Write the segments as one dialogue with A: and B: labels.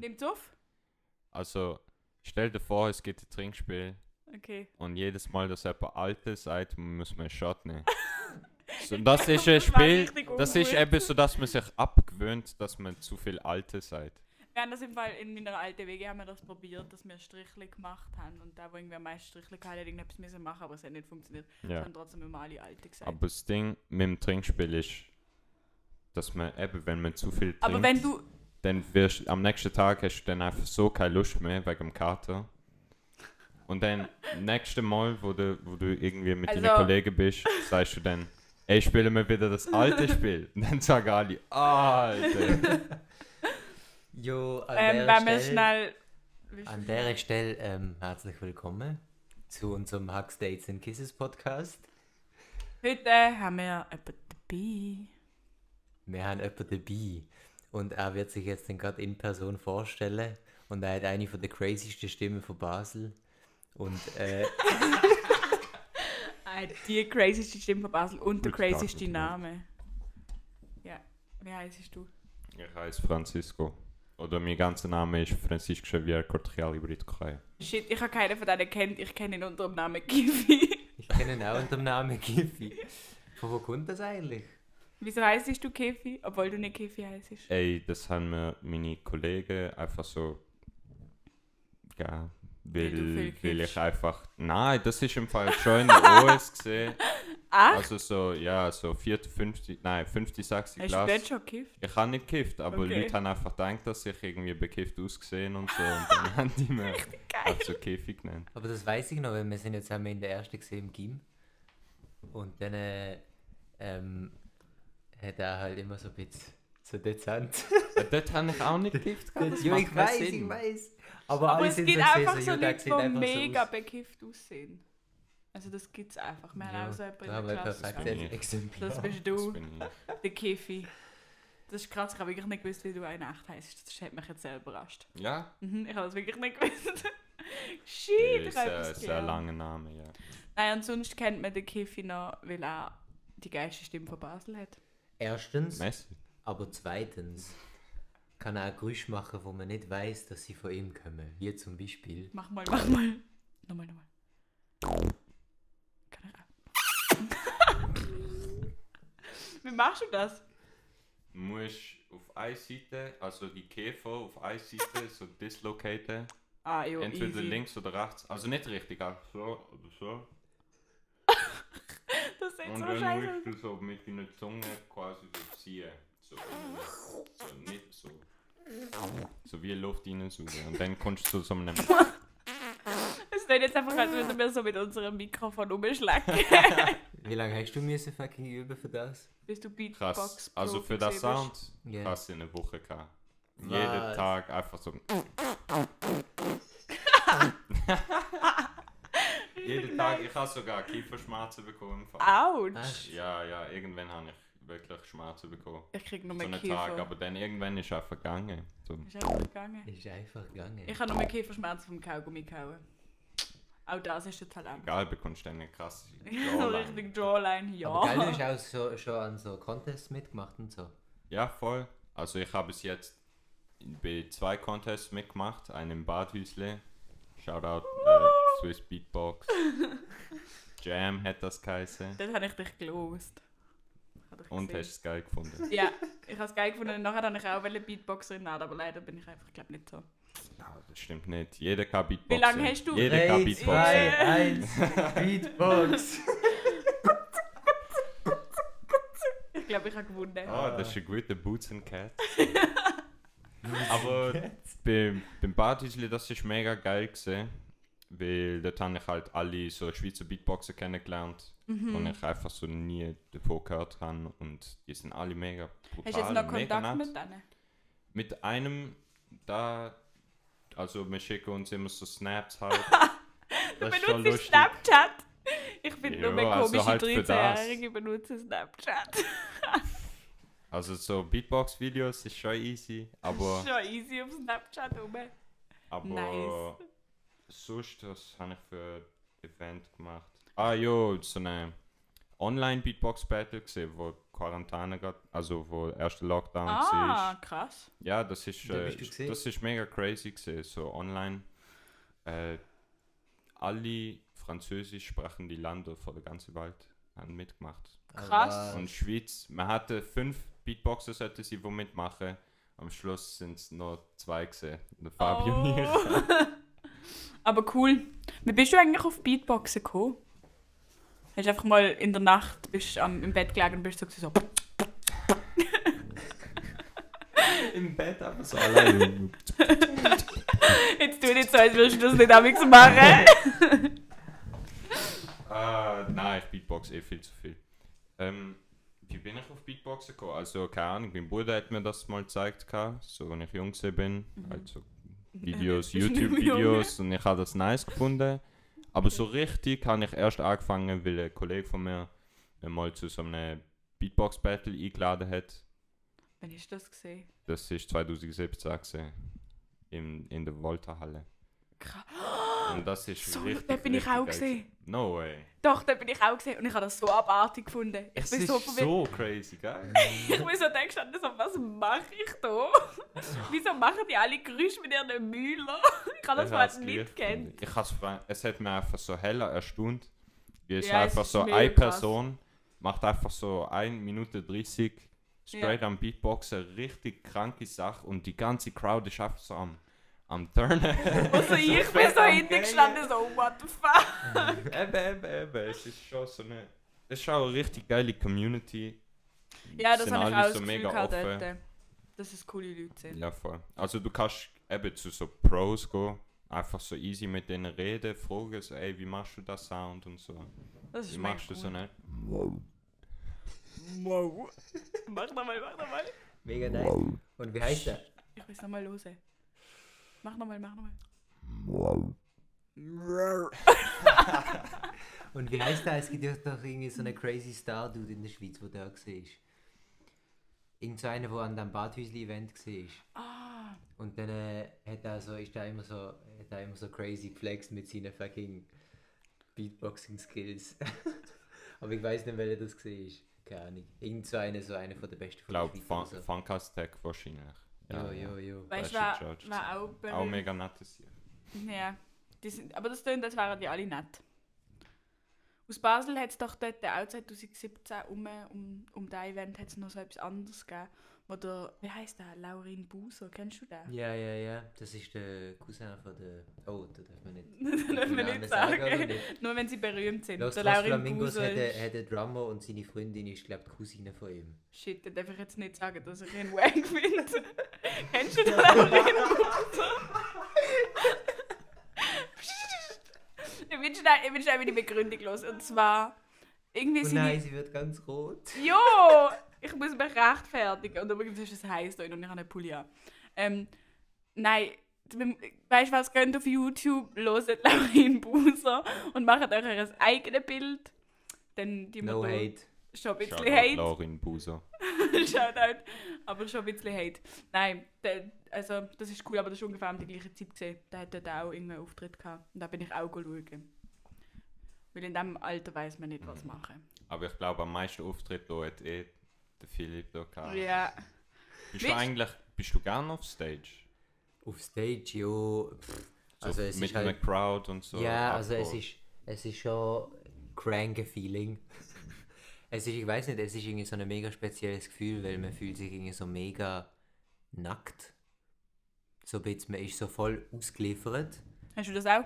A: Hebt's auf?
B: Also, stell dir vor, es geht ein Trinkspiel
A: Okay.
B: und jedes Mal, dass jemand alte sagt, muss man einen Shot nehmen. So, das ist ein
A: Das war
B: Spiel,
A: richtig
B: das ist
A: ungut.
B: eben so, dass man sich abgewöhnt, dass man zu viel alte sagt.
A: Wir haben das im Fall in meiner alten Wege haben wir das probiert, dass wir Strichle gemacht haben und da, wo irgendwer meist Strichle gehabt hat, hat irgendetwas müssen machen, aber es hat nicht funktioniert. Wir
B: Ja.
A: haben trotzdem immer alle alte gesagt.
B: Aber das Ding mit dem Trinkspiel ist, dass man eben, wenn man zu viel trinkt,
A: aber wenn du
B: dann wirst am nächsten Tag hast du dann einfach so keine Lust mehr wegen dem Kater. Und dann nächste Mal, wo du, wo du irgendwie mit deinen
A: Also-
B: Kollegen bist, sagst du dann, ey, spielen wir wieder das alte Spiel. Und dann sagen alle, Alter.
C: Jo, an
A: ähm,
C: der
A: wenn wir
C: Stelle,
A: schnell.
C: an der Stelle ähm, herzlich willkommen zu unserem Hugs, Dates and Kisses Podcast.
A: Heute haben wir jemanden
C: Wir haben jemanden dabei und er wird sich jetzt dann gerade in Person vorstellen und er hat eine von der crazysten Stimmen von Basel und äh,
A: dabei. Äh, Die crazyste Stimme von Basel und der
B: Guten Tag,
A: crazyste
B: guten Abend.
A: Name. Ja, wie heißt du?
B: Ich heiße Francisco. Oder mein ganzer Name ist Francisco Xavier Cortrial Hybrid Correa.
A: Shit, ich habe keinen von denen kennt. Ich kenne ihn unter dem Namen Kiwi.
C: ich kenne ihn auch unter dem Namen Giffi. Von wo kommt das eigentlich?
A: Wieso heißt du Kiwi, obwohl du nicht Kiwi heißt?
B: Ey, das haben mir meine Kollegen einfach so. Ja,
A: Weil du
B: weil,
A: viel
B: weil
A: kiffst.
B: ich einfach. Nein, das ist im Fall schon in der OS gesehen.
A: Ach,
B: Also so, ja, so 4., 50, nein, 50, 60
A: hast du dort
B: Glas.
A: schon gekifft?
B: Ich habe nicht gekifft, aber
A: Okay.
B: Leute haben einfach gedacht, dass ich irgendwie bekifft ausgesehen und so. Und dann haben die mir
A: Geil.
B: auch so Käfig genannt.
C: Aber das weiß ich noch, weil wir sind jetzt haben wir in der ersten gesehen im Gym. Und dann äh, ähm, hat er halt immer so ein bisschen so dezent.
B: Äh, Dort habe ich auch nicht gekifft. gehabt, das
C: ja,
B: macht
C: ich
B: keinen
C: weiß, ich
B: Sinn.
C: weiß. Aber,
A: Aber
C: alle
A: es
C: sind
A: gibt
C: so gesehen,
A: einfach so
C: ja, der
A: Leute, die
C: sieht einfach so
A: mega
C: aus.
A: bekifft aussehen. Also das gibt's einfach. Wir
C: Ja,
A: haben auch so jemanden
C: da halt
A: in
C: haben wir
A: der
C: ein
A: Klasse.
C: perfektes
A: gehabt.
B: gehabt.
C: Exemplar.
A: Das bist
B: Das
A: du,
B: bin ich.
A: der Kiwi. Das ist krass, ich habe wirklich nicht gewusst, wie du einen echt heisst. Das hat mich jetzt sehr überrascht.
B: Ja,
A: Mhm, ich habe das wirklich nicht gewusst. Shit,
B: das
A: ich
B: ist
A: habe
B: ein
A: etwas
B: sehr
A: gelernt.
B: langer Name, ja.
A: Nein, und sonst kennt man den Kiffi noch, weil er die geilste Stimme von Basel hat.
C: Erstens,
B: Messi.
C: aber zweitens kann er auch Geräusche machen, wo man nicht weiß, dass sie von ihm kommen. Wie zum Beispiel.
A: Mach mal, mach mal. Nochmal, nochmal. Kann ich auch. Wie machst du das?
B: Du musst auf eine Seite, also die Käfer auf eine Seite so dislocaten.
A: Ah, jo,
B: Entweder
A: easy.
B: links oder rechts. Also nicht richtig, also so oder so.
A: Das sieht
B: Und
A: so
B: dann
A: scheiße
B: musst
A: aus.
B: du so mit deiner Zunge quasi so ziehen. So, so nicht so. So wie Luft hineinsaugen. Und dann kommst du zu so einem.
A: Es wird jetzt einfach, als würden wir so mit unserem Mikrofon umschlagen.
C: Wie lange hast du müssen fucking üben für das?
A: Bist du Beatbox?
B: Krass. Also
A: Profi
B: für das
A: gewesen bist?
B: Sound
C: Ja.
B: hast du eine Woche gehabt. Jeden
C: Was?
B: Tag einfach so. Jeden Tag, ich habe sogar Kieferschmerzen bekommen. im Fall.
A: Autsch!
B: Ja, ja, irgendwann habe ich wirklich Schmerzen bekommen.
A: Ich krieg nur
B: So
A: mehr
B: einen
A: Kiefer.
B: Tag, aber dann irgendwann ist er vergangen. So.
A: Ist einfach gegangen.
C: Ist einfach gegangen.
A: Ich habe nur mehr Kieferschmerzen vom Kaugummi kauen. Auch das ist ein Talent.
B: Egal, bekommst du eine krasse
A: so
B: Jawline.
A: richtig Jawline, ja.
C: Aber geil, du hast auch so, schon an so Contests mitgemacht und so.
B: Ja, voll. Also ich habe es jetzt bei zwei Contests mitgemacht, einen im Badhäusle. Shoutout äh, Swiss Beatbox. Jam hat das geheißen.
A: Dort habe ich dich gelost. Ich hab dich
B: Und
A: gesehen.
B: hast es geil gefunden.
A: Ja, ich habe es geil gefunden. Und Nachher wollte ich auch eine Beatboxerin werden, aber leider bin ich einfach, glaube nicht so.
B: Nein, das stimmt nicht. Jeder kann Beatboxen.
A: Wie lange hast du?
B: Jeder kann
C: Drei,
B: Beatboxen.
C: zwei, eins, Beatbox!
A: Ich glaube, ich habe gewonnen.
B: Ah, das ist ein guter Boots and Cats. Aber beim, beim Badhäusle, das ist mega geil gewesen, weil dort habe ich halt alle so Schweizer Beatboxer kennengelernt
A: Mhm.
B: und ich einfach so nie davon gehört habe und die sind alle mega brutal.
A: Hast du jetzt noch
B: und mega
A: Kontakt
B: nett.
A: mit denen?
B: Mit einem, da, also wir schicken uns immer so Snaps halt.
A: Du
B: das ist schon
A: benutzt ich
B: lustig.
A: Snapchat? Ich bin nur
B: Ja,
A: mehr
B: also
A: komische
B: halt für
A: 13-Jährige, benutzen Snapchat.
B: Also so Beatbox-Videos ist schon easy, aber...
A: Schon easy auf Snapchat rum.
B: Aber
A: Nice.
B: sonst, was habe ich für ein Event gemacht? Ah jo, so eine Online-Beatbox-Battle gesehen, wo Quarantäne gerade, also wo erste Lockdown
A: Ah,
B: war.
A: krass.
B: Ja, das ist,
C: Den
B: äh,
C: hast du gesehen?
B: das ist mega crazy gesehen, so online. Äh, alle französisch sprechenden Länder vor der ganzen Welt haben mitgemacht.
A: Krass.
B: Und Schweiz, man hatte fünf Beatboxer, sollte sie wo mitmachen. Am Schluss sind es nur zwei gesehen. Der Fabio und ich.
A: Oh. Aber cool. Wie bist du eigentlich auf Beatboxen gekommen? Hast du einfach mal in der Nacht bist am im Bett gelegen und bist so gewesen, so.
B: Im Bett aber so allein.
A: Jetzt tu nicht so, als würdest du das nicht damit machen.
B: Ah, nein, ich Beatbox eh viel zu viel. Ähm, wie bin ich auf Beatboxen gekommen? Also, keine Ahnung, mein Bruder hat mir das mal gezeigt, gehabt, so wenn ich jung gewesen bin. Also Videos,
A: Bist du nicht mehr
B: YouTube-Videos und ich habe das nice gefunden. Aber so richtig habe ich erst angefangen, weil ein Kollege von mir mich mal zu so einem Beatbox-Battle eingeladen hat.
A: Wann hast du das gesehen?
B: Das ist 2017 gewesen, im, in der Volta-Halle.
A: Krass.
B: Und das ist
A: So,
B: richtig,
A: da bin ich
B: richtig
A: auch
B: geil
A: gesehen.
B: No way.
A: Doch, da bin ich auch gesehen und ich habe das so abartig gefunden. Ich
B: es
A: bin
B: ist
A: so
B: so,
A: verwirrt.
B: crazy, geil.
A: Ich bin so denken, so, was mache ich da? Wieso machen die alle Geräusche mit ihren Mühler? Ich habe das
B: Ich
A: mal
B: hab's geliebt.
A: nicht kennt.
B: Ich has fra- es hat mich einfach so heller erstaunt. Wie es
A: Ja, es
B: einfach
A: ist
B: so
A: mega
B: eine
A: krass.
B: Person macht einfach so 1 Minute 30 straight am Beatboxen, richtig kranke Sache und die ganze Crowd ist einfach so am, am Turnen.
A: Also ich bin so
B: am
A: hinten gestanden, so, what the fuck?
B: eben, eben, eben. Es ist schon so eine. Es ist auch eine richtig geile Community.
A: Ja, das
B: Sind
A: habe ich
B: alle
A: auch
B: so
A: so
B: mega
A: mega gehabt
B: offen.
A: dort. Dass es coole Leute sind.
B: Ja, voll. Also du kannst eben zu so Pros gehen, einfach so easy mit denen reden, fragen so, ey, wie machst du das Sound und so.
A: Das ist
B: Wie
A: mega
B: machst du
A: cool.
B: so nicht?
A: Wow. Mach nochmal, mach nochmal.
C: Mega nice. Und wie heißt der?
A: Ich will es nochmal hören. Mach nochmal, mach nochmal.
C: Und wie heißt der? Es gibt ja doch irgendwie so einen crazy Star-Dude in der Schweiz, der da war. Irgend so einer, der an dem Badhäusli-Event war.
A: Ah,
C: Und dann äh, hat er so, ist er immer so, hat er immer so crazy geflext mit seinen fucking Beatboxing-Skills. Aber ich weiß nicht, welcher das war. Keine Ahnung. Irgend so einer, so einer von der besten
B: Ich glaube,
C: von so.
B: Funkastech wahrscheinlich.
C: Jo, jo, jo.
A: weißt du,
B: Weißt du,
A: wer,
B: George,
A: wer auch
B: Auch
A: berühmt-
B: mega nettes hier.
A: Ja, die sind, aber das tönt, als wären die alle nett. Aus Basel hat es doch dort auch 2017 um, um, um das Event hat's noch so etwas anderes gegeben. Oder, wie heißt der? Laurin Buser, kennst du den?
C: Ja, ja, ja. Das ist der Cousin von der. Oh, da darf man nicht.
A: das dürfen wir
C: Namen
A: nicht
C: sagen,
A: sagen.
C: oder nicht?
A: Nur wenn sie berühmt sind.
C: Los
A: der
C: Los
A: Laurin
C: Flamingos
A: Buser
C: hat
A: ist...
C: einen- hat einen Drummer und seine Freundin ist, glaube ich, die Cousine von ihm.
A: Shit, dann darf ich jetzt nicht sagen, dass ich ihn wack finde. Kennst du den Laurin Buser? ich bin schnell, ich bin schnell wieder die Begründung los. Und zwar, irgendwie
C: Oh
A: sind
C: nein, sie wird ganz rot.
A: Jo, ich muss mich rechtfertigen. Und übrigens ist es heiß da und ich habe einen Pulli an. Ähm, nein, weißt du was, geht auf YouTube, loset Laurin Buser und macht euch ein eigenes Bild. Dann die
C: No hate.
A: Schon ein bisschen
B: Shoutout
A: Hate.
B: Laurin Buser.
A: Shoutout. Aber schon ein bisschen Hate. Nein, der, also das ist cool, aber das ist ungefähr um die gleiche Zeit gesehen. Da hat dort auch irgendeinen Auftritt gehabt. Und da bin ich auch schauen. Weil in diesem Alter weiß man nicht,
C: Mhm.
A: was machen.
B: Aber ich glaube, am meisten Auftritt da hat eh der Philipp da
C: Ah.
B: gehabt.
A: Ja.
B: Bist du
A: Wisst-
B: eigentlich, bist du gerne auf Stage?
C: Auf Stage, jo. Pff.
B: So
C: also, es
B: mit
C: ist
B: einer
C: halt.
B: Crowd und so.
C: ja, also, es
B: Hardcore.
C: ist, es ist schon cranke Feeling. es ist, ich weiß nicht, es ist irgendwie so ein mega spezielles Gefühl, weil man fühlt sich irgendwie so mega nackt. So ein bisschen, man ist so voll ausgeliefert.
A: Hast du das auch?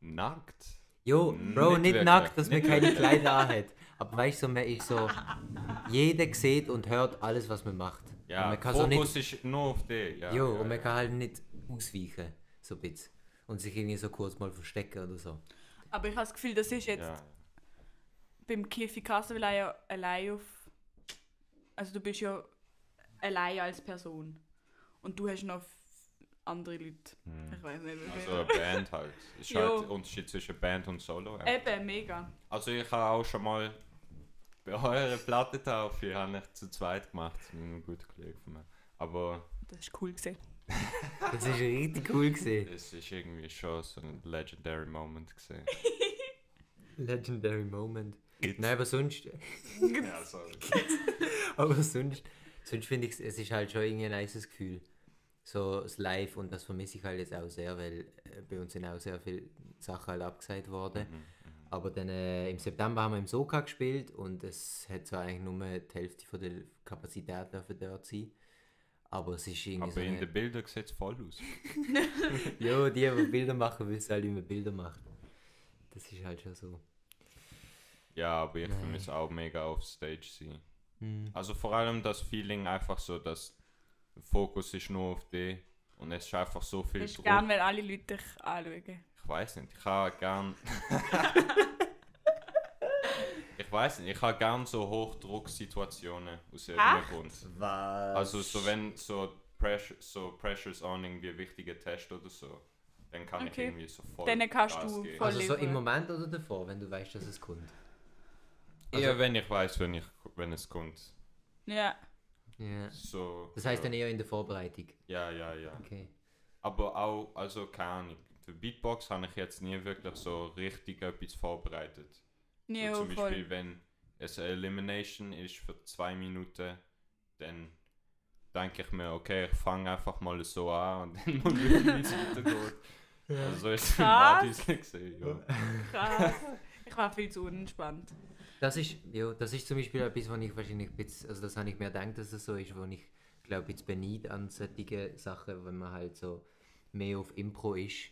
B: Nackt?
C: Jo,
B: Nicht
C: Bro, nicht,
B: wirklich,
C: nackt, dass man
B: nicht
C: keine
B: wirklich.
C: Kleider anhat. Aber weißt du, so, man ist so. Jeder sieht und hört alles, was man macht.
B: Ja,
C: und man kann so nicht
B: Fokus ist nur auf dich. Ja,
C: Jo,
B: ja,
C: und man
B: ja.
C: kann halt nicht ausweichen, so ein bisschen. Und sich irgendwie so kurz mal verstecken oder so.
A: Aber ich habe das Gefühl, das ist jetzt
B: Ja.
A: beim Kiffi Kassel, weil er ja allein auf. Also du bist ja allein als Person. Und du hast noch f- andere Leute. Ich weiß nicht, wie
B: Also eine Band halt. Ist
A: Jo. Äh.
B: halt der Unterschied zwischen Band und Solo. ja.
A: Eben, mega.
B: Also ich habe auch schon mal bei eurer Plattentaufe habe ich zu zweit gemacht mit einem guten Kollegen von mir. Aber
A: Das ist cool gesehen.
C: Das ist richtig cool gewesen.
B: es ist irgendwie schon so ein legendary Moment gesehen.
C: Legendary Moment.
B: Kids.
C: Nein, aber sonst,
B: Ja, sorry.
C: aber sonst, sonst finde ich es ist halt schon irgendwie ein nices Gefühl. So das Live und das vermisse ich halt jetzt auch sehr, weil äh, bei uns sind auch sehr viele Sachen halt abgesagt worden.
B: Mhm,
C: Aber dann äh, im September haben wir im Soka gespielt und es hat zwar eigentlich nur die Hälfte von der Kapazität dürfen dort sein. Aber es ist irgendwie so
B: Aber in
C: eine-
B: den Bildern sieht es voll aus.
C: Ja, die, die Bilder machen, wissen halt, wie man Bilder macht. Das ist halt schon so.
B: Ja, aber ich
C: Nein.
B: vermisse auch mega auf Stage sein.
C: Hm.
B: Also vor allem das Feeling einfach so, dass der Fokus ist nur auf dich und es ist einfach so viel
A: Ich
B: Druck.
A: gerne, wenn alle Leute dich anschauen.
B: Ich weiß nicht, ich habe gern. ich weiß nicht, ich habe gern so Hochdrucksituationen aus irgendeinem Grund.
C: Was?
B: Also so wenn so Pressure, so Pressures on irgendwie wichtige Test oder so, dann kann ich
A: Okay.
B: irgendwie so voll.
A: Dann kannst
B: Gas
A: du
B: geben.
A: voll-
C: Also so
A: Voll.
C: im Moment oder davor, wenn du weißt, dass es kommt.
B: Eher wenn ich weiß, wenn ich wenn es kommt.
A: Ja.
C: Ja.
B: So.
C: Das heißt
B: ja.
C: dann eher in der Vorbereitung.
B: Ja, ja, ja.
C: Okay.
B: Aber auch, also keine Ahnung. Für Beatbox habe ich jetzt nie wirklich so richtig etwas vorbereitet.
A: Ja,
B: so zum
A: voll.
B: Beispiel, wenn es eine Elimination ist für zwei Minuten, dann denke ich mir, okay, ich fange einfach mal so an und dann mal schauen, wie es weitergeht. Also so ist es mit
A: Krass.
B: Partys gesehen, ja.
A: Krass. Ich war viel zu unentspannt.
C: Das ist, ja, das ist zum Beispiel etwas, was ich wahrscheinlich ein bisschen, also das habe ich mir gedacht, dass es so ist, wo ich glaube jetzt beneid an solche Sachen, wenn man halt so mehr auf Impro ist,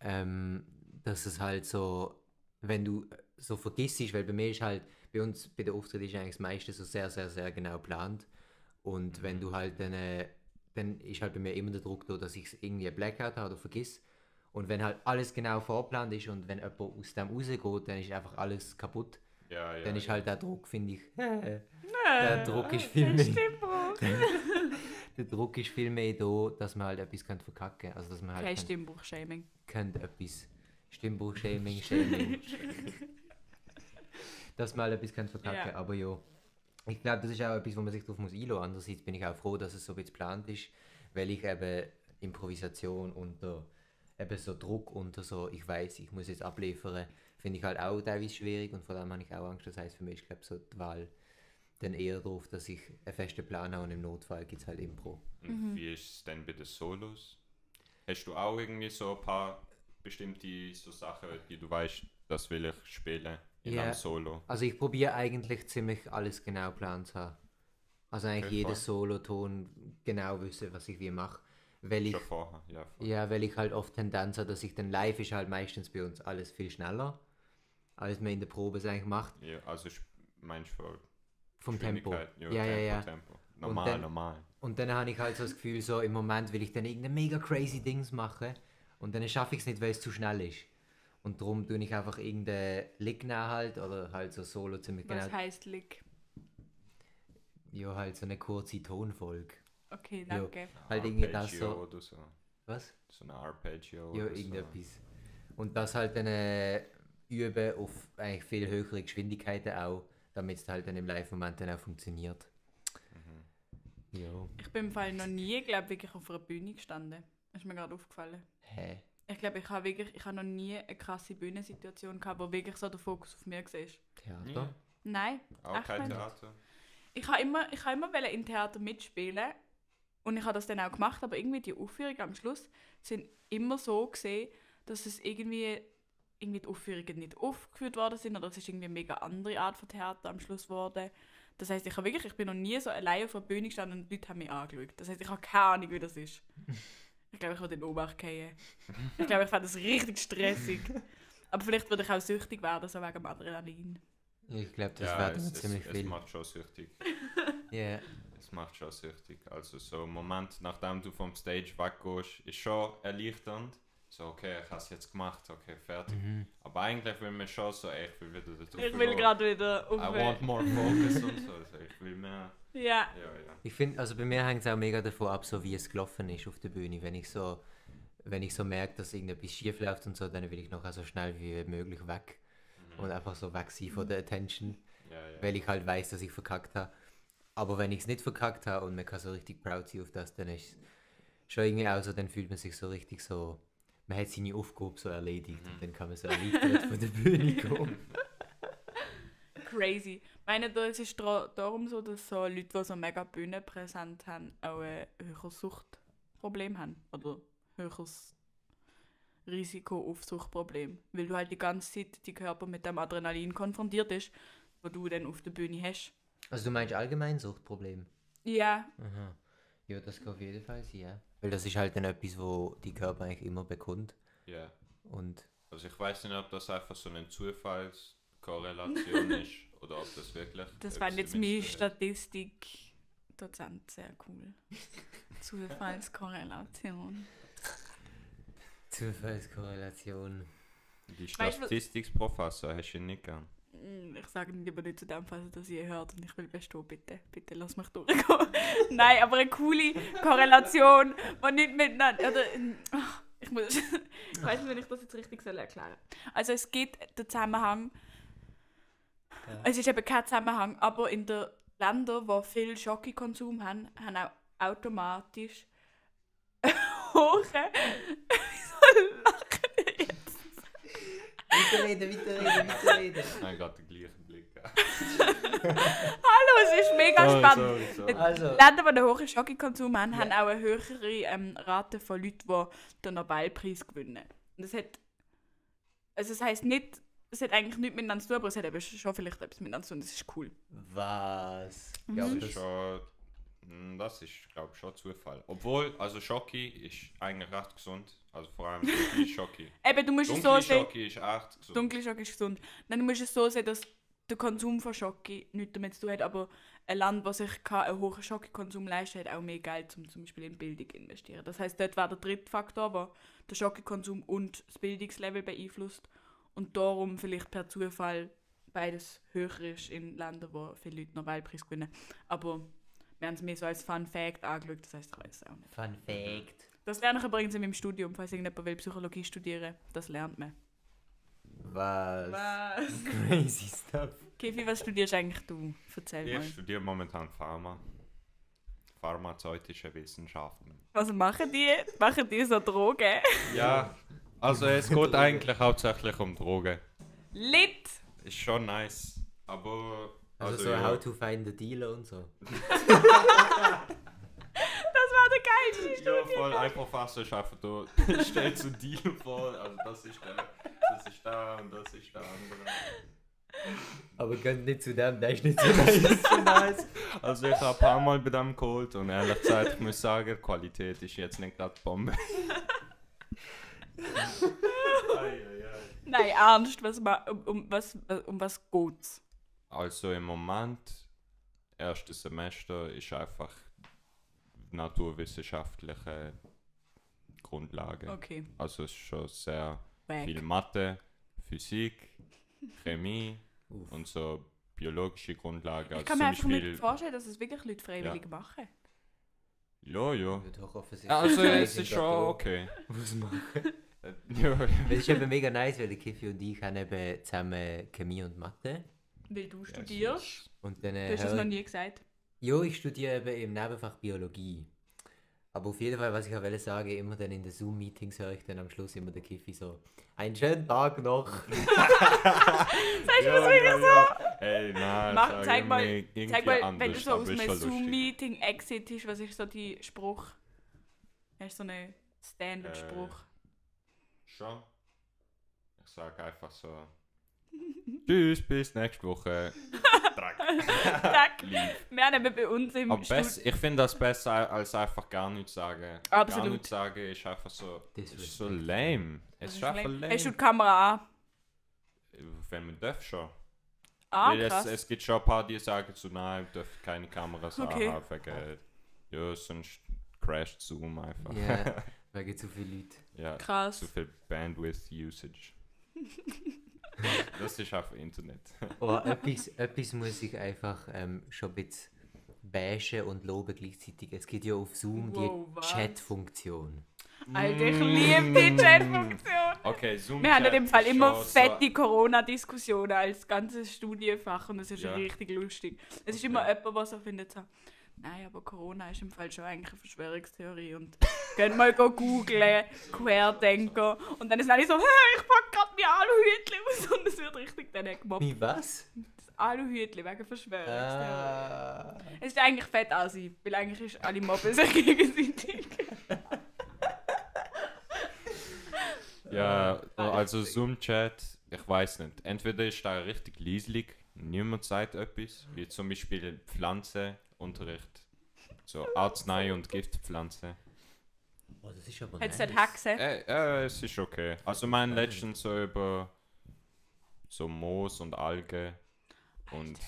C: ähm, dass es halt so, wenn du äh, so vergisst, weil bei mir ist halt, bei uns bei der Auftritt ist eigentlich das meiste so sehr, sehr, sehr genau geplant und wenn du halt dann, äh, dann ist halt bei mir immer der Druck da, dass ich irgendwie ein Blackout habe oder vergiss und wenn halt alles genau vorgeplant ist und wenn jemand aus dem rausgeht, dann ist einfach alles kaputt
B: Ja, ja.
C: dann ist
B: ja.
C: halt der Druck, finde ich. der Druck ist viel mehr.
A: Stimmbruch.
C: Der Druck ist viel mehr da, dass man halt etwas könnte verkacken. Also dass man
A: Kein
C: halt könnte,
A: Stimmbruch-Shaming.
C: könnte etwas Stimmbuch-Shaming, Shaming. dass man halt etwas könnte verkacken.
A: Ja.
C: Aber ja, ich glaube, das ist auch etwas, wo man sich drauf muss einlassen. Andererseits bin ich auch froh, dass es so ein bisschen geplant ist, weil ich eben Improvisation unter eben so Druck unter so, ich weiß, ich muss jetzt abliefern, finde ich halt auch teilweise schwierig und vor allem habe ich auch Angst. Das heißt für mich, ich glaube, so die Wahl dann eher darauf, dass ich einen festen Plan habe und im Notfall gibt es halt Impro.
B: Und
A: Mhm.
B: wie ist es denn bei den Solos? Hast du auch irgendwie so ein paar bestimmte so Sachen, die du weißt, das will ich spielen in
C: Ja.
B: einem Solo?
C: Also ich probiere eigentlich ziemlich alles genau geplant zu haben. Also eigentlich
B: Okay,
C: jeder
B: voll.
C: Soloton genau wissen, was ich wie mache. Weil ich,
B: Schon vorher, ja. Voll.
C: ja, weil ich halt oft Tendenz habe, dass ich dann live ist halt meistens bei uns alles viel schneller, als man in der Probe es eigentlich macht,
B: ja. Also sp- meinst du voll
C: vom Tempo.
B: Geschwindigkeit?
C: Ja, ja,
B: Tempo,
C: ja.
B: Tempo. Normal,
C: dann-
B: normal.
C: Und dann habe ich halt so das Gefühl, so im Moment will ich dann irgendeine mega crazy Dings machen und dann schaffe ich es nicht, weil es zu schnell ist. Und darum tue ich einfach irgendeinen Lick nehmen halt oder halt so Solo ziemlich
A: Was
C: genau.
A: heißt Lick?
C: Ja, halt so eine kurze Tonfolge.
A: Okay,
C: Ja.
A: danke.
C: Halt irgendwie das
B: Arpeggio
C: so.
B: oder so.
C: Was?
B: So ein Arpeggio.
C: Ja,
B: oder Mhm.
C: irgendetwas. Und das halt dann äh, üben auf eigentlich viel höhere Geschwindigkeiten auch, damit es halt dann im Live-Moment dann auch funktioniert. Ja.
A: Ich bin im Fall noch nie, glaube wirklich auf einer Bühne gestanden. Ist mir gerade aufgefallen.
C: Hä?
A: Ich glaube, ich habe wirklich, ich habe noch nie eine krasse Bühnensituation gehabt, wo wirklich so der Fokus auf mir war.
C: Theater?
B: Ja.
A: Nein.
B: So. Auch
A: echt
B: kein
A: nicht.
B: Theater.
A: Ich habe immer, ich habe immer wollen im Theater mitspielen und ich habe das dann auch gemacht, aber irgendwie die Aufführungen am Schluss sind immer so gesehen, dass es irgendwie irgendwie die Aufführungen nicht aufgeführt worden sind oder es ist irgendwie eine mega andere Art von Theater am Schluss geworden. Das heißt, ich habe wirklich, ich bin noch nie so allein auf der Bühne gestanden und die Leute haben mich angeschaut. Das heißt, ich habe keine Ahnung, wie das ist. Ich glaube, ich würde in Obacht gehen. Ich glaube, ich fand das richtig stressig. Aber vielleicht würde ich auch süchtig werden, so wegen dem Adrenalin.
C: Ich glaube, das
B: Hm. ja,
C: wäre
B: es,
C: dann ziemlich
B: es, es
C: viel.
B: macht schon süchtig.
C: Ja.
B: Es macht schon süchtig. Also so einen Moment, nachdem du vom Stage weggehst, ist schon erleichternd. So, okay, ich habe es jetzt gemacht, okay, fertig.
C: Mhm.
B: Aber eigentlich will man schon so, ey, ich will wieder dazu
A: Ich will gerade wieder
B: I want
A: auf.
B: more focus und so. Also ich will mehr.
A: Ja.
B: Ja, ja.
C: Ich finde, also bei mir hängt es auch mega davon ab, so wie es gelaufen ist auf der Bühne. Wenn ich so, wenn ich so merke, dass irgendetwas schief läuft und so, dann will ich noch so schnell wie möglich weg.
B: Mhm.
C: Und einfach so weg sein von der Attention.
B: ja, ja.
C: weil ich halt weiß, dass ich verkackt habe. Aber wenn ich es nicht verkackt habe und man kann so richtig proud sein auf das, dann ist es schon irgendwie auch so, dann fühlt man sich so richtig so, man hat Mhm. seine Aufgabe so erledigt und dann kann man so erleichtert von der Bühne kommen.
A: crazy. Ich meine, da- es ist dra- darum so, dass so Leute, die so mega bühnenpräsent haben, auch ein höheres Suchtproblem haben. Oder höheres Risiko auf Suchtproblem. Weil du halt die ganze Zeit die Körper mit dem Adrenalin konfrontiert ist, wo du dann auf der Bühne hast.
C: Also du meinst allgemein Suchtproblem?
A: Ja,
C: Aha. Mhm. Ja, das kann auf jeden Fall sein, ja. Weil das ist halt dann etwas, wo die Körper eigentlich immer bekommt.
B: Ja.
C: Und
B: Also ich weiß nicht, ob das einfach so eine Zufallskorrelation ist oder ob das wirklich.
A: das
B: etwas
A: fand jetzt
B: damit
A: mein
B: zu tun hat.
A: Statistikdozent sehr cool. Zufallskorrelation.
C: Zufallskorrelation.
B: Die
A: du was-
B: Statistikprofessor hast du ihn nicht gern.
A: Mm, Ich sage lieber nicht zu dem, falls ihr das je hört und ich will bestehen, bitte. Bitte lass mich durchgehen. Nein, aber eine coole Korrelation, die nicht miteinander. Oder, ähm, ach, ich, muss, ich weiß nicht, wenn ich das jetzt richtig soll erklären Also, es gibt den Zusammenhang.
C: Ja.
A: Es ist eben kein Zusammenhang, aber in den Ländern, die viel Schokokonsum haben, haben auch automatisch hohe. Wieso lachen ihr jetzt?
C: Weiterreden, weiterreden, weiterreden.
B: Nein, gerade den gleichen Blick.
A: Hallo, es ist mega spannend.
B: Sorry, sorry, sorry.
C: Also,
A: Länder, die einen hohen Schokokonsum haben,
C: Ja.
A: haben auch eine höhere ähm, Rate von Leuten, die den Nobelpreis gewinnen. Und das hat. Also, das heisst nicht. Es hat eigentlich nichts miteinander zu tun, aber es hat eben schon vielleicht etwas miteinander zu tun. Das ist cool.
C: was? Ja,
B: Das
C: aber
B: ist
C: das,
B: schon. mm, Das ist, glaube ich, schon Zufall. Obwohl, also Schoki ist eigentlich recht gesund. Also vor allem dunkle Schoki.
A: Eben, du musst es so
B: Dunkle
A: sehen.
B: Schoki ist echt gesund.
A: Dunkle Schoki ist gesund. Nein, du musst es so sehen, dass der Konsum von Schoki nichts damit zu tun hat, aber ein Land, das sich kann, einen hohen Schokokonsum leisten kann, hat auch mehr Geld, um zum Beispiel in Bildung zu investieren. Das heißt, dort wäre der dritte Faktor, der den Schokokonsum und das Bildungslevel beeinflusst und darum vielleicht per Zufall beides höher ist in Ländern, wo viele Leute Nobelpreis gewinnen. Aber wir haben es mir so als Fun Fact angeschaut, das heißt, ich weiß es auch nicht.
C: Fun Fact.
A: Das lerne ich übrigens in meinem Studium, falls irgendjemand will Psychologie studieren, das lernt man.
C: Was?
A: Was?
C: Crazy stuff.
A: Kifi, was studierst eigentlich du? Erzähl mal.
B: Ich studiere momentan Pharma. Pharmazeutische Wissenschaften.
A: Was machen die? Machen die so Drogen?
B: Ja, also es geht eigentlich hauptsächlich um Drogen.
A: Lit!
B: Ist schon nice, aber.
C: Also, so
B: ja.
C: How to find the Dealer und so.
A: Das war der geilste
B: Ja,
A: Studie.
B: voll ein Professor schafft du. Stellst du Deal vor, also das ist der, das ist da und das ist der andere.
C: Aber könnt nicht zu dem, der ist nicht so nice.
B: nice. Also ich habe ein paar Mal bei dem geholt und ehrlich gesagt, ich muss sagen, die Qualität ist jetzt nicht gerade Bombe.
A: Nein, ernst, was, ma- um, um, was, um was geht's?
B: Also im Moment, erstes Semester ist einfach naturwissenschaftliche Grundlage.
A: Okay,
B: Also es ist schon sehr viel
A: weg.
B: Mathe, Physik, Chemie
C: Uff.
B: und so biologische Grundlagen.
A: Ich kann
B: Also
A: mir
B: zum
A: einfach
B: Beispiel-
A: nicht vorstellen, dass es wirklich Leute freiwillig machen.
B: Ja, ja.
C: Ja, Doch offensichtlich.
B: Also es
C: Scheiße,
B: ist
C: doch,
B: schon
C: oh.
B: okay.
C: Was machen?
B: Äh, ja, ja.
C: Das ist eben mega nice, weil der Kiffi und ich haben eben zusammen Chemie und Mathe.
A: Weil du studierst.
C: Und dann
A: Du
C: äh,
A: hast es noch
C: hören-
A: nie gesagt.
C: Ja, ich studiere eben im Nebenfach Biologie. Aber auf jeden Fall, was ich auch wollte sagen, immer dann in den Zoom-Meetings höre ich dann am Schluss immer der Kiffi so, einen schönen Tag noch.
A: Weißt du,
B: Ja,
A: was wirklich
B: ja,
A: so?
B: ja. Ey, nein,
A: Mach,
B: sag
A: zeig
B: mir
A: mal,
B: irgendwie
A: Zeig mal, wenn du
B: anders,
A: so aus
B: aber ist
A: einem
B: schon lustig.
A: Zoom-Meeting exitest, was ist so die Spruch? Hast du so einen Standard-Spruch?
B: Schon. Ich sag einfach so. Tschüss, bis nächste Woche. Dreck.
A: Zack.
B: Äh. Lieb.
A: Wir haben eben bei uns im
B: Aber
A: Studium...
B: best, ich finde das besser als einfach gar nichts sagen.
A: Absolut.
B: Gar nichts sagen ist einfach so. Es
C: Disrespect.
B: ist so lame. Es ist einfach lame. Äh,
A: Hast du die Kamera an?
B: Wenn man darf schon.
A: Ah,
B: Weil es,
A: krass.
B: es gibt schon ein paar, die sagen so, nein, ihr dürft keine Kameras
A: Okay.
B: anhaben wegen Geld. Ja, sonst crasht Zoom einfach.
C: Ja, wegen zu viele Leute.
B: ja,
A: krass.
B: zu viel Bandwidth Usage. das ist auf Internet.
C: Oh, etwas, etwas muss ich einfach ähm, schon ein bisschen bashen und loben gleichzeitig. Es gibt ja auf Zoom
A: Wow,
C: die
A: was?
C: Chat-Funktion.
A: Alter,
B: Mm.
A: ich liebe die Chat-Funktion.
B: Okay, Zoom.
A: Wir haben in
B: Chat
A: dem Fall
B: ist
A: immer
B: schon
A: fette Corona-Diskussionen als ganzes Studienfach und das ist
B: Ja.
A: richtig lustig. Es ist
B: Okay.
A: immer jemand, der so findet, so, nein, aber Corona ist im Fall schon eigentlich eine Verschwörungstheorie und könnt mal go googlen, Querdenker und dann ist alle so, «Hä, ich pack gerade mein Aluhütchen aus und es wird richtig dann gemobbt.
C: Wie was?
A: Das Aluhütli wegen Verschwörungstheorie.
C: Ah.
A: Es ist eigentlich fett Asi, weil eigentlich ist alle mobben sich gegenseitig.
B: Ja,
A: Ah,
B: also
A: lustig.
B: Zoom-Chat, ich weiß nicht. Entweder ist da richtig leislich, niemand sagt etwas, wie zum Beispiel Pflanzenunterricht. So Arznei und Giftpflanzen.
C: Oh, das ist aber
A: Hättest du
C: nice.
A: nicht Hexen?
B: Äh, äh, es ist okay. Also mein letztens so über so Moos und Alge. Und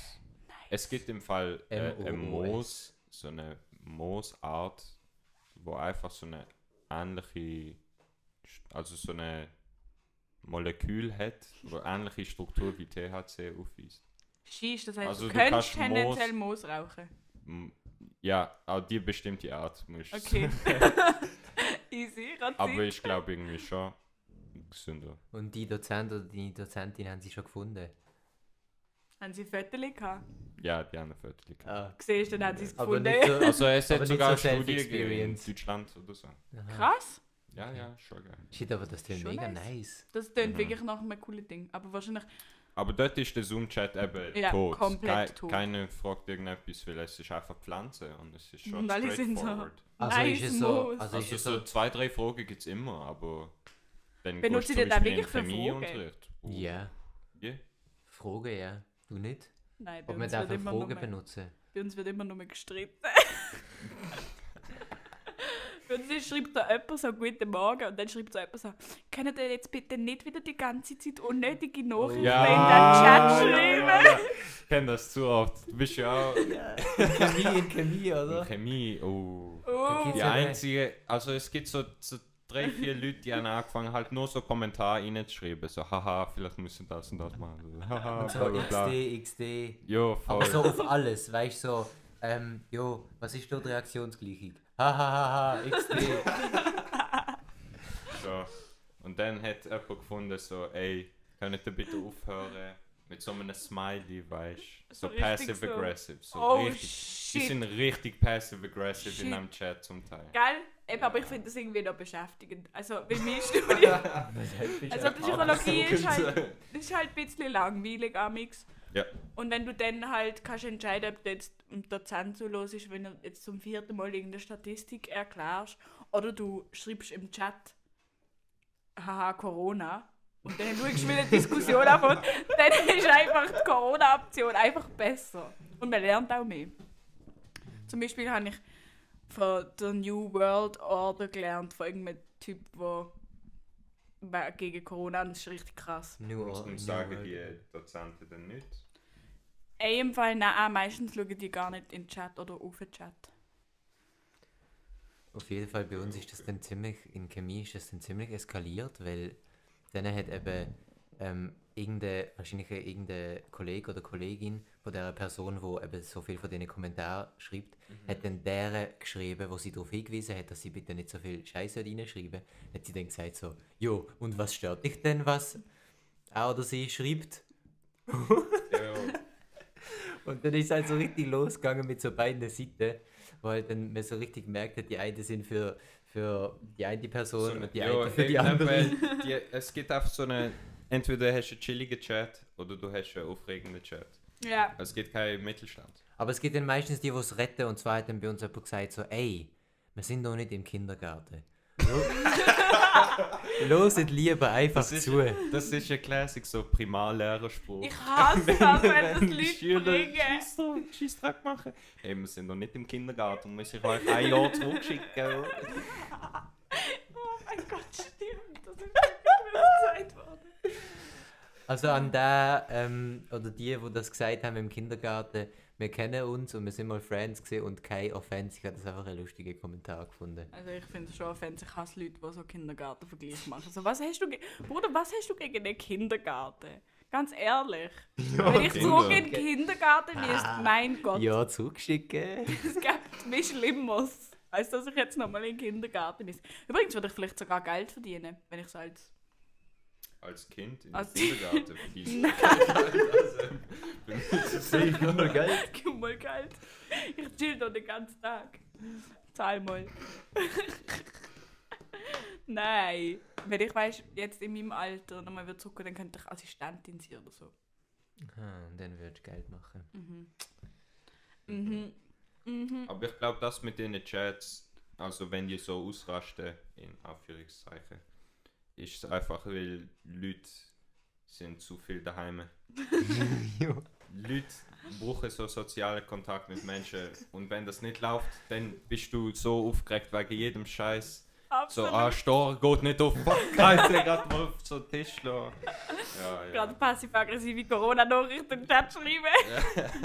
B: es gibt im Fall äh,
C: oh,
B: ein
C: M.O.O.S..
B: Moos, so eine Moosart, wo einfach so eine ähnliche, St- also so eine Molekül hat, wo ähnliche Struktur wie THC aufweist.
A: Scheiss, das heißt,
B: Also,
A: du
B: du
A: könntest
B: kannst
A: tendenziell Moos rauchen.
B: M- Ja, auch die bestimmte Art musst du-
A: Okay. Easy,
B: Aber
A: Razzi.
B: ich glaube irgendwie schon gesünder.
C: Und die Dozent oder die Dozentin haben sie schon gefunden.
A: Haben sie Fötterchen gehabt?
B: Ja, die anderen Viertel.
C: Ah.
A: Siehst du, dann haben sie es
C: Aber
A: gefunden.
C: nicht so,
B: Also es
C: Aber
B: hat
C: nicht
B: sogar
C: so
B: Studien gegeben in
C: self-experience.
B: Deutschland oder so.
C: Aha.
A: Krass.
B: Ja, ja, schon geil.
C: Shit, aber das klingt
A: Schon
C: mega
A: nice.
C: nice.
A: Das tönt
B: Mhm.
A: wirklich nach einem coolen Ding. Aber wahrscheinlich,
B: Aber dort ist der Zoom-Chat eben
A: Ja,
B: tot.
A: komplett
B: Kei-
A: tot.
B: Keiner fragt irgendetwas, weil es ist einfach Pflanze und es ist schon
A: Und alle sind so-
B: straightforward.
C: Also
A: Nice
C: ist es so,
A: Moos.
C: also ist
B: Also
C: es
B: so
C: so,
B: zwei, drei Fragen gibt es immer, aber dann
A: Benutzt
B: gehst
A: ihr
B: du
A: das
B: zum Beispiel
A: wirklich für
B: in den
A: Fragen?
B: Chemieunterricht. Oh,
C: ja,
B: ja.
C: Frage, ja. Du nicht?
A: nein, bei
C: Ob man
A: uns,
C: darf
A: wird
C: eine
A: immer nur
C: Frage
A: mehr,
C: benutzen?
A: bei uns wird immer nur mehr gestritten. bei uns schreibt da jemand so «Guten Morgen» und dann schreibt so jemand so «Können ihr jetzt bitte nicht wieder die ganze Zeit unnötige Nachrichten
B: Ja,
A: in den Chat
B: ja,
A: schreiben?»
B: ja, ja. Ich kenne das zu oft. Du bist ja auch in
C: Chemie in Chemie,
B: Chemie. Oh.
C: Da
A: Oh,
C: gibt's
B: Die
C: ja eine-
B: einzige, also es gibt so, so drei, vier Leute, die haben angefangen, halt nur so Kommentare reinzuschreiben. So, haha, vielleicht müssen wir das und das machen. So, haha,
C: Und
B: bla
C: so
B: bla bla.
C: XD, XD.
B: Jo, voll.
C: Aber so auf alles, weißt du, so, ähm, jo, was ist dort die Reaktionsgleichung? Hahaha, XD.
B: So. Und dann hat jemand gefunden, so, ey, könnt ihr bitte aufhören mit so einem Smiley, weißt du?
A: So
B: So,
A: richtig
B: passive-aggressive. So.
A: oh
B: richtig. Die
A: shit.
B: sind richtig passive-aggressive
A: Shit.
B: in einem Chat zum Teil.
A: Geil? Eben, aber ich finde das irgendwie noch beschäftigend. Also, bei mir Studie, also Psychologie ist halt... Das ist halt ein bisschen langweilig, Amix.
B: Ja.
A: Und wenn du dann halt kannst entscheiden, ob du jetzt dem Dozent zuhörst, wenn du jetzt zum vierten Mal irgendeine Statistik erklärst, oder du schreibst im Chat, haha, Corona, und dann schaust du, wie eine Diskussion anfängt, dann ist einfach die Corona-Option einfach besser. Und man lernt auch mehr. Zum Beispiel habe ich von der New World Order gelernt, von irgendeinem Typ, der war gegen Corona, und das ist richtig krass.
C: Nur
B: Und und sagen die äh, Dozenten dann nicht.
A: Ey, im Fall, nein, auch meistens schauen die gar nicht in den Chat oder auf den Chat.
C: Auf jeden Fall, bei uns ist das dann ziemlich, in Chemie ist das dann ziemlich eskaliert, weil dann hat eben ähm, irgendein, wahrscheinlich irgendein Kollege oder Kollegin von der Person, wo eben so viel von diesen Kommentaren schreibt,
B: Mhm.
C: hat dann deren geschrieben, wo sie darauf hingewiesen hat, dass sie bitte nicht so viel Scheiße reinschreiben. Hat sie dann gesagt so, jo, und was stört dich denn, was er oder sie schreibt?
B: Jo.
C: Und dann ist halt so richtig losgegangen mit so beiden Seiten, wo halt dann man so richtig merkt hat, die einen sind für, für die eine
B: So
C: Person und die
B: eine- ja,
C: andere
B: genau,
C: für die
B: eben,
C: andere.
B: eben, Die, es gibt einfach so eine. Entweder hast du einen chilligen Chat oder du hast einen aufregenden Chat. Also
A: Ja.
B: Es gibt keinen Mittelstand.
C: Aber es gibt dann meistens die, die es retten und zwar hat dann bei uns jemand gesagt so, ey, wir sind doch nicht im Kindergarten. Loset lieber einfach
B: Das ist-
C: zu.
B: Das ist ein Classic, so Primarlehrerspruch.
A: Ich hasse das, wenn das
B: Wenn die
A: Leute
B: Schüler
A: bringen.
B: Scheiss drauf- Scheiss drauf machen. Hey, wir sind noch nicht im Kindergarten, muss ich euch ein Jahr zurückschicken.
A: Oh mein Gott, stimmt. Das ist wirklich gesagt worden.
C: Also an der, ähm, oder die, die das gesagt haben im Kindergarten, wir kennen uns und wir sind mal Friends gesehen und kein Offense. Ich habe das einfach einen lustigen Kommentar gefunden.
A: Also ich finde es schon offensiv, ich hasse Leute, die so Kindergartenvergleich machen. So, was hast du ge- Bruder, was hast du gegen den Kindergarten? Ganz ehrlich. wenn ich
B: Kinder.
A: zurück in den Kindergarten ist, mein Gott,
C: Ja, zugeschicken.
A: es gibt mich Schlimmeres, als dass ich jetzt nochmal in den Kindergarten muss. Übrigens würde ich vielleicht sogar Geld verdienen, wenn ich so als
B: Als Kind im
A: Als-
B: Kindergarten verdienst du.
A: Gib mal Geld. Ich chill doch den ganzen Tag. Zahl mal. Nein. Wenn ich weiß, jetzt in meinem Alter nochmal wieder zurückgehen, dann könnte ich Assistentin sein oder so.
C: Ah, und dann würdest du Geld machen.
A: Mhm. Mhm. Mhm.
B: Aber ich glaube, das mit den Chats, also wenn die so ausrasten, in Anführungszeichen, ist es einfach, weil Leute sind zu viel daheim.
C: ja.
B: Leute brauchen so sozialen Kontakt mit Menschen und wenn das nicht läuft, dann bist du so aufgeregt wegen jedem Scheiß. So,
A: Absolut.
B: ah, Stor geht nicht auf, fuck, Kreis, der gerade mal auf so den Tisch schlagen. Ja,
A: Gerade
B: ja.
A: passiv-aggressive Corona-Nachrichten im Chat schreiben.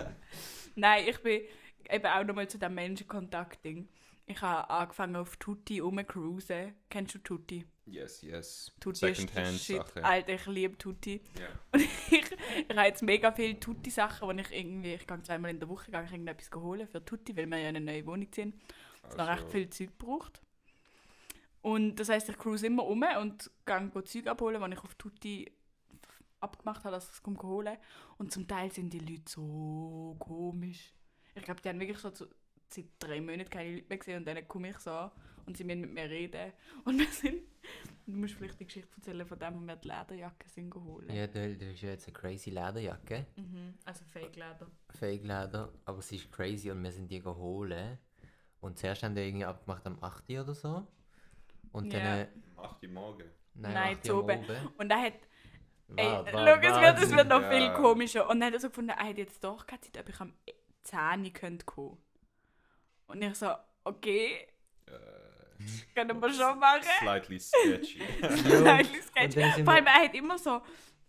A: Nein, ich bin eben auch nochmal zu dem Menschenkontakt-Ding. Ich habe angefangen auf Tutti rumcruisen. Kennst du Tutti?
B: Yes, yes.
A: Tutti ist der Shit. Ah,
B: Secondhand-Sache.
A: Alter, ich liebe Tutti.
B: Ja.
A: Und ich, ich habe jetzt mega viele Tutti-Sachen, die ich irgendwie, ich gehe zweimal in der Woche, gehe ich irgendetwas holen für Tutti, weil wir ja in eine neue Wohnung sind. Es noch recht
B: Also-
A: viel Zeug braucht. Und das heisst, ich cruise immer um und gehe go Zeug abholen, wenn ich auf Tutti abgemacht habe, dass ich es komme holen. Und zum Teil sind die Leute so komisch. Ich glaube, die haben wirklich schon zu, seit drei Monaten keine Leute mehr gesehen und dann komme ich so an und sie müssen mit mir reden. Und wir sind... Du musst vielleicht die Geschichte erzählen von dem, wo wir die Lederjacke sind geholt.
C: Ja, du, du hast ja jetzt eine crazy Lederjacke.
A: Mhm, also Fake-Leder.
C: Fake Leder, aber sie ist crazy und wir sind die geholt. Und zuerst haben die irgendwie abgemacht am 8. Uhr oder so. Und dann.
A: Ja.
C: äh,
B: Acht Uhr morgen.
A: Nein,
C: nein, nein
A: zu oben. Und er hat Ey,
C: War- war-
A: schau, es wird, es
C: Wahnsinn.
A: wird noch
B: Ja.
A: viel komischer. Und dann hat er so gefunden, er hätte jetzt doch keine Zeit, ob ich am 10 Uhr könnte kommen Und ich so, okay,
B: Äh,
A: können wir schon machen.
B: slightly sketchy.
A: Nein, das geht
C: Und dann
A: schon.
C: sind
A: Vor allem,
C: wir-
A: er hat immer so,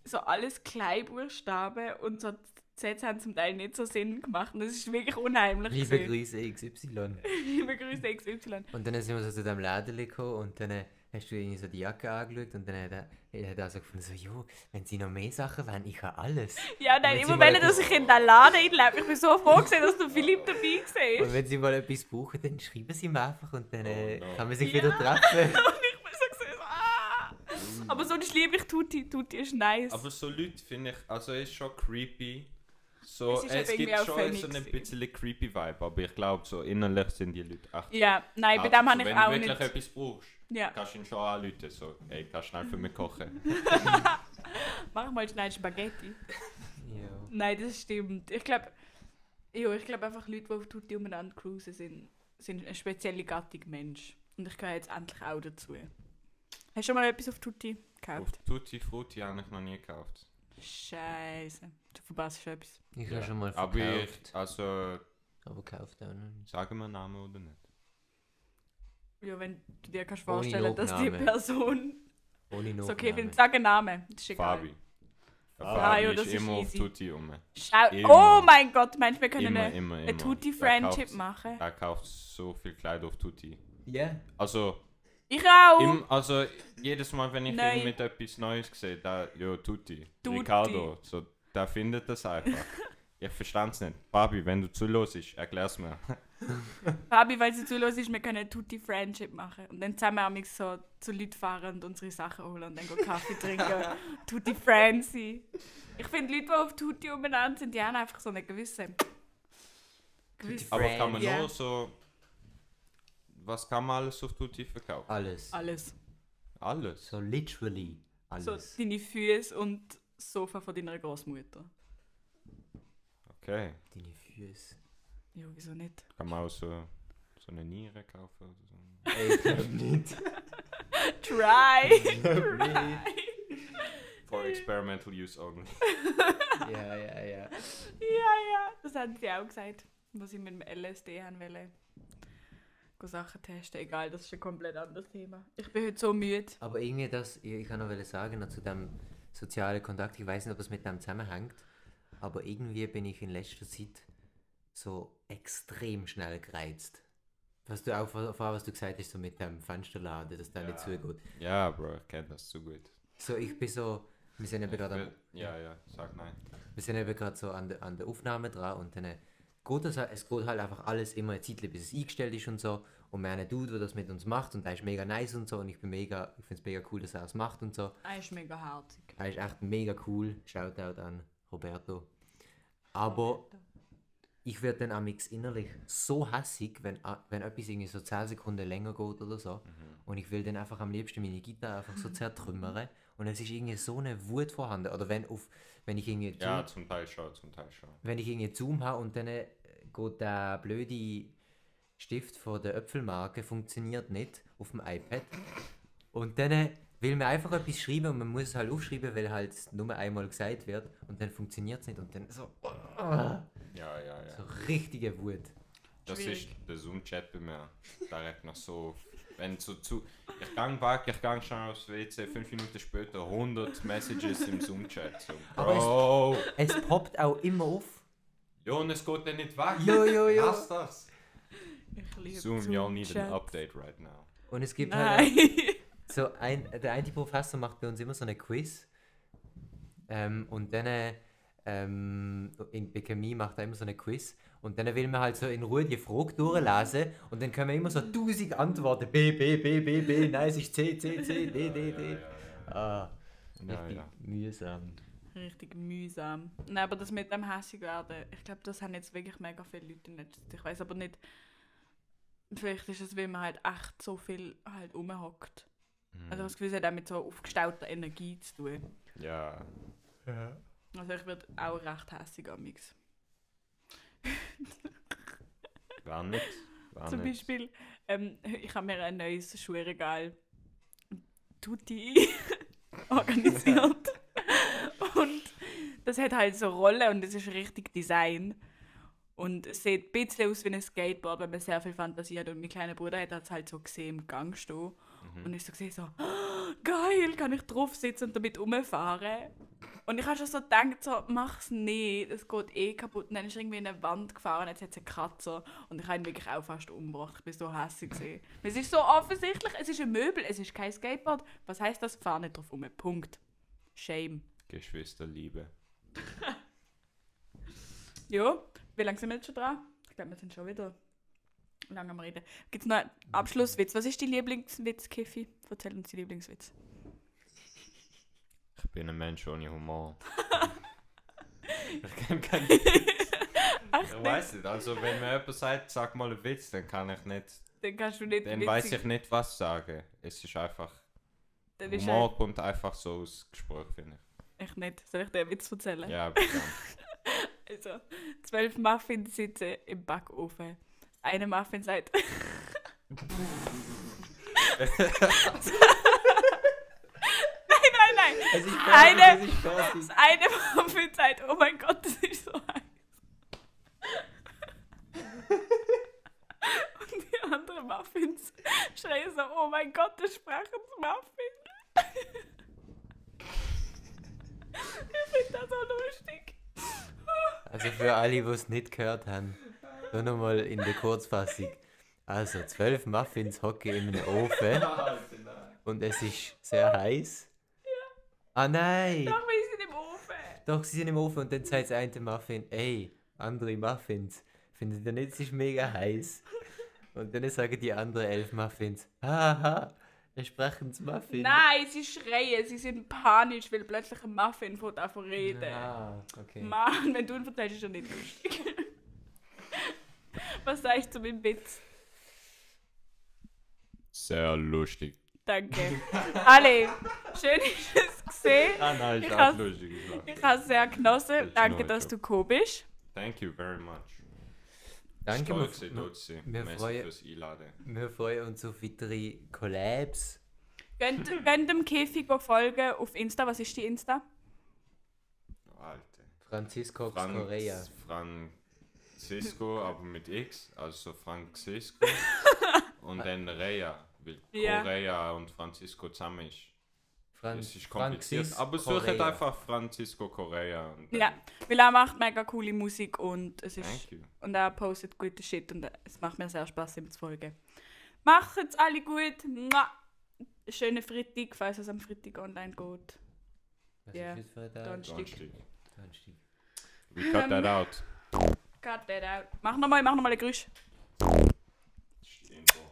A: so alles Kleinbuchstaben und so die Sätze haben zum Teil nicht so Sinn gemacht. Und das ist wirklich unheimlich.
C: Liebe
A: gewesen.
C: Grüße XY.
A: Liebe Grüße XY.
C: Und dann sind wir so zu dem Laden gekommen und dann äh, hast du irgendwie so die Jacke angeschaut und dann hat er, er hat auch so gefunden, so, jo, wenn sie noch mehr Sachen wollen, ich habe alles.
A: Ja, und dann
C: Wenn sie
A: immer
C: mal
A: wollen, dass
C: etwas-
A: ich in den Laden einlebe. Ich bin so froh, gewesen, dass der Philipp dabei war.
C: Und wenn sie mal etwas brauchen, dann schreiben sie ihm einfach und dann äh,
B: Oh no.
C: kann man sich
A: Ja.
C: wieder treffen.
A: Und ich bin so gesehen, ah. Aber sonst liebe ich Tutti. Tutti ist nice.
B: Aber so Leute finde ich, also es ist schon creepy. So,
A: Es
B: es,
A: ist eben
B: gibt
A: irgendwie auch
B: schon so
A: funny
B: ein
A: gewesen.
B: bisschen creepy Vibe, aber ich glaube, so innerlich sind die Leute echt.
A: Ja, nein, bei
B: Also,
A: dem habe
B: so,
A: ich
B: wenn
A: auch
B: du wirklich
A: nicht.
B: etwas brauchst,
A: Ja,
B: kannst du ihn schon anrufen. So, ey, kannst schnell für mich kochen.
A: mach mal schnell Spaghetti.
C: ja.
A: Nein, das stimmt. Ich glaube, ja, ich glaube einfach, Leute, die auf Tutti umeinander cruisen, sind, sind eine spezielle Gattung Mensch. Und ich gehöre jetzt endlich auch dazu. Hast du schon mal etwas auf Tutti
B: Auf
A: gekauft?
B: Tutti Frutti habe ich noch nie gekauft.
A: Scheiße, du verpasst schon etwas.
C: Ich
B: Ja.
C: habe schon mal
B: Aber
C: verkauft,
B: ich, also,
C: aber, gekauft auch noch nicht.
B: sagen wir Namen oder nicht?
A: Ja, wenn du dir kannst
C: Ohne
A: vorstellen, dass die
C: Notname.
A: Person...
C: Ohne
A: Ist
C: Nachname.
A: okay, wenn sag einen Namen. Das ist egal.
B: Fabi. Der
C: Ah,
B: Fabi
A: ja,
B: ist
A: das ist
B: immer auf
A: easy.
B: Tutti rum.
A: Schau
B: Immer.
A: Oh mein Gott, meinst du, wir können
B: Immer,
A: eine,
B: immer, immer.
A: eine
B: Er
A: Tutti-Friendship
B: kauft-
A: machen?
B: Er kauft so viel Kleid auf Tutti.
C: Ja.
B: Also,
A: Ich auch!
B: Im, also jedes Mal, wenn ich
A: Oh. Nein.
B: ihn mit etwas Neues sehe, da, ja, Tutti,
A: Tutti.
B: Ricardo, so, der findet das einfach. ich verstehe es nicht. Fabi, wenn du zuhörst, erklär's mir.
A: Fabi, weil sie zulässt, ist, wir können Tutti Friendship machen. Und dann zusammen am so zu Leuten fahren und unsere Sachen holen und dann go Kaffee trinken. Tutti Friends sein. Ich finde, Leute, die auf Tutti umeinander sind, die haben einfach so eine gewisse. gewisse
B: Aber kann man
A: Ja.
B: nur so. Was kann man alles auf Tutti verkaufen?
C: Alles.
A: alles.
B: Alles.
C: So literally alles.
A: So deine Füße und das Sofa von deiner Großmutter.
B: Okay.
C: Deine Füße.
A: Ja, wieso nicht?
B: Kann man auch so, so eine Niere kaufen oder so.
C: Ey, ich glaub nicht.
A: Try!
B: For experimental use only.
C: ja, ja, ja.
A: Ja, ja, das haben sie auch gesagt, was sie mit dem LSD haben wollen. Go Sachen testen, egal, das ist ein komplett anderes Thema. Ich bin heute so müde.
C: Aber irgendwie das, ich, ich kann noch wollte sagen, noch zu dem sozialen Kontakt, ich weiß nicht, ob das mit dem zusammenhängt, aber irgendwie bin ich in letzter Zeit so extrem schnell gereizt. Was du auch vor, vorher, was du gesagt hast, so mit dem Fensterladen, dass der
B: Ja.
C: nicht zugeht.
B: Ja, Bro, ich kenne das so gut.
C: So, ich bin so, wir sind eben gerade am
B: Ja, ja, sag nein.
C: Wir sind eben gerade so an, der- an der Aufnahme dran und dann äh, geht das, halt- es geht halt einfach alles immer eine Zeit, bis es eingestellt ist und so. Und wir haben einen Dude, der das mit uns macht und der ist mega nice und so und ich bin mega, ich finde es mega cool, dass er das macht und so.
A: Er Ah, ist mega herzig.
C: Er ist echt mega cool. Shoutout an Roberto. Aber ich werde dann amix innerlich so hassig, wenn, a- wenn etwas irgendwie so 10 Sekunden länger geht oder so. Und ich will dann einfach am liebsten meine Gitarre einfach so zertrümmern. Und es ist irgendwie so eine Wut vorhanden. Oder wenn auf, wenn ich irgendwie
B: Ja, zum Teil schon, zum Teil schon.
C: wenn ich irgendwie Zoom habe und dann äh, geht der blöde Stift von der Äpfelmarke funktioniert nicht auf dem iPad. Und dann äh, will man einfach etwas schreiben und man muss es halt aufschreiben, weil halt es nur einmal gesagt wird und dann funktioniert es nicht und dann so,
B: Ja, ja, ja.
C: so richtige Wut.
B: Das
A: Schwierig.
B: ist der Zoom-Chat bei mir. Direkt noch so. Wenn so zu. Ich gang weg, ich gang schnell aufs WC, fünf Minuten später 100 Messages im Zoom-Chat. So,
C: Aber es-
B: Bro!
C: Es poppt auch immer auf.
B: Ja, und es geht dann nicht weg.
C: Jo, jo,
B: Ich
C: jo.
B: hasse das.
A: Ich liebe
B: Zoom, y'all need
A: Zoom-Chat.
B: an update right now.
C: Und es gibt halt
A: Nein.
C: So, ein, der eine Professor macht bei uns immer so eine Quiz. Ähm, und dann äh, ähm, in bei Chemie macht er immer so eine Quiz. Und dann will man halt so in Ruhe die Frage durchlesen. Und dann können wir immer so tausend Antworten. B, B, B, B, B, nein, es ist C, C, C, D, D, D. Ah,
B: Ja,
C: richtig
B: ja.
C: mühsam.
A: Richtig mühsam. Nein, aber das mit dem hässig werden, ich glaube, das haben jetzt wirklich mega viele Leute nicht. Ich weiß aber nicht, vielleicht ist es, weil man halt echt so viel halt rumhockt. Also ich habe das Gefühl, es hat auch mit so aufgestauter Energie zu tun.
B: Ja.
A: Also ich werde auch recht hässig am Mix.
B: War nicht. War
A: Zum
B: nicht.
A: Beispiel, ähm, ich habe mir ein neues Schuhregal Tutti organisiert. und das hat halt so Rollen und es ist richtig Design. Und es sieht ein bisschen aus wie ein Skateboard, wenn man sehr viel Fantasie hat. Und mein kleiner Bruder hat das halt so gesehen im Gang stehen. Und ich so gesehen so, «Oh, geil, kann ich drauf sitzen und damit rumfahren? Und ich habe schon so gedacht, so, mach's nicht, es geht eh kaputt. Und dann ist er irgendwie in eine Wand gefahren, jetzt hat es einen Kratzer. Und ich habe ihn wirklich auch fast umgebracht. Ich bin so hässlich gewesen. Weil Es ist so offensichtlich, es ist ein Möbel, es ist kein Skateboard. Was heißt das? Fahr nicht drauf um. Punkt. Shame.
B: Geschwisterliebe.
A: Ja, wie lange sind wir jetzt schon dran? Ich glaube, wir sind schon wieder lange am Reden. Gibt es noch einen Abschlusswitz? Was ist dein Lieblingswitz, Kiffi? Erzähl uns deinen Lieblingswitz.
B: Ich bin ein Mensch ohne Humor. ich kann keinen
A: Ach,
B: Ich
A: nicht.
B: weiß nicht, also wenn mir jemand sagt, sag mal einen Witz, dann kann ich nicht,
A: Dann kannst du nicht
B: dann
A: witzig-
B: weiß ich nicht, was sagen. Es ist einfach,
A: Dann ist
B: Humor kommt einfach so aus Gespräch, finde
A: halt echt nicht. Soll ich dir einen Witz
B: ich.
A: erzählen?
B: Ja, bestimmt.
A: Also, zwölf Muffins sitzen im Backofen. Eine Muffin sagt. nein, nein, nein.
C: Es ist
A: Eine-
C: fertig, es ist fertig.
A: Das eine Muffin sagt, oh mein Gott, das ist so heiß. Und die anderen Muffins schreien so, oh mein Gott, das Sprachensmuffin. ich finde das so lustig.
C: Also für alle, die es nicht gehört haben, nur nochmal in der Kurzfassung. Also, zwölf Muffins hocken in einem Ofen
B: Ah, genau.
C: und es ist sehr heiß. Ah nein,
A: Doch, wir sind im Ofen.
C: doch, sie sind im Ofen und dann sagt das eine Muffin, ey, andere Muffins, findet ihr nicht, es ist mega heiß? Und dann sagen die anderen elf Muffins, haha, wir sprechen das Muffin.
A: Nein, sie schreien, sie sind panisch, weil plötzlich ein Muffin von davon reden.
C: Ah, okay.
A: Mann, wenn du ihn verteilst, ist er nicht lustig. Was sag ich zu meinem Witz?
B: Sehr lustig.
A: Danke. Alle, schön ist es gesehen.
B: Ah nein,
A: Ich
B: ist auch
A: has-
B: lustig. ist auch-
A: Ich habe es sehr genossen.
B: ist
A: Danke,
B: neu,
A: dass
B: ja.
A: du gekommen bist.
B: Thank you very much.
C: Danke, wir,
B: Stolz, dass ich dort zu sein.
C: wir
B: Merci
C: freuen-
B: fürs Einladen.
C: wir freuen uns auf weitere Collabs.
A: Könnt, könnt dem Käfig go folgen auf Insta. Was ist die Insta?
B: Alter.
C: Francisco aus
B: Franz-
C: Korea.
B: Francisco, aber mit X, also Francisco. und dann Rea, weil
A: Ja.
B: Korea und Francisco zusammen ist.
C: Fran
B: Es ist kompliziert,
C: Franzis
B: aber
C: Korea.
B: sucht einfach Francisco Correa. Und dann-
A: Ja, weil er macht mega coole Musik und es ist
B: Thank you.
A: und er postet gute Shit und es macht mir sehr Spaß, ihm zu folgen. Macht's alle gut. Mua. Schönen Freitag, falls es am Freitag online geht.
C: Was
A: Ja,
C: ist das für ein Tag?
A: Donnerstag.
B: Donnerstag.
C: Donnerstag.
B: We cut
A: Ähm,
B: that out.
A: Cut that out. Mach nochmal, mach nochmal ein Geräusch.
B: Stimmt.